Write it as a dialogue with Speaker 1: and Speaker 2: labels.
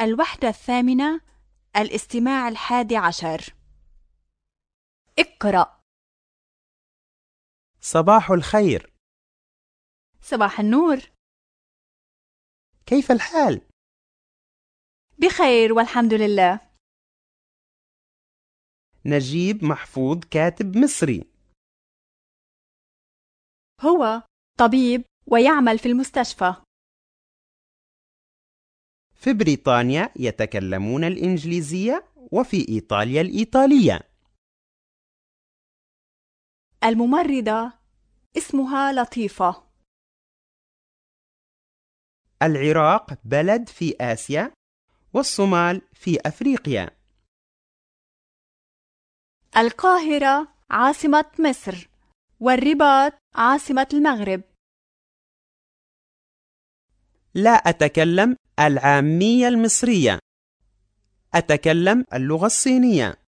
Speaker 1: الوحدة الثامنة الاستماع الحادي عشر اقرأ
Speaker 2: صباح الخير
Speaker 1: صباح النور
Speaker 2: كيف الحال
Speaker 1: بخير والحمد لله
Speaker 2: نجيب محفوظ كاتب مصري
Speaker 1: هو طبيب ويعمل في المستشفى
Speaker 2: في بريطانيا يتكلمون الإنجليزية وفي إيطاليا الإيطالية
Speaker 1: الممرضة اسمها لطيفة
Speaker 2: العراق بلد في آسيا والصومال في أفريقيا
Speaker 1: القاهرة عاصمة مصر والرباط عاصمة المغرب
Speaker 2: لا أتكلم العامية المصرية أتكلم اللغة الصينية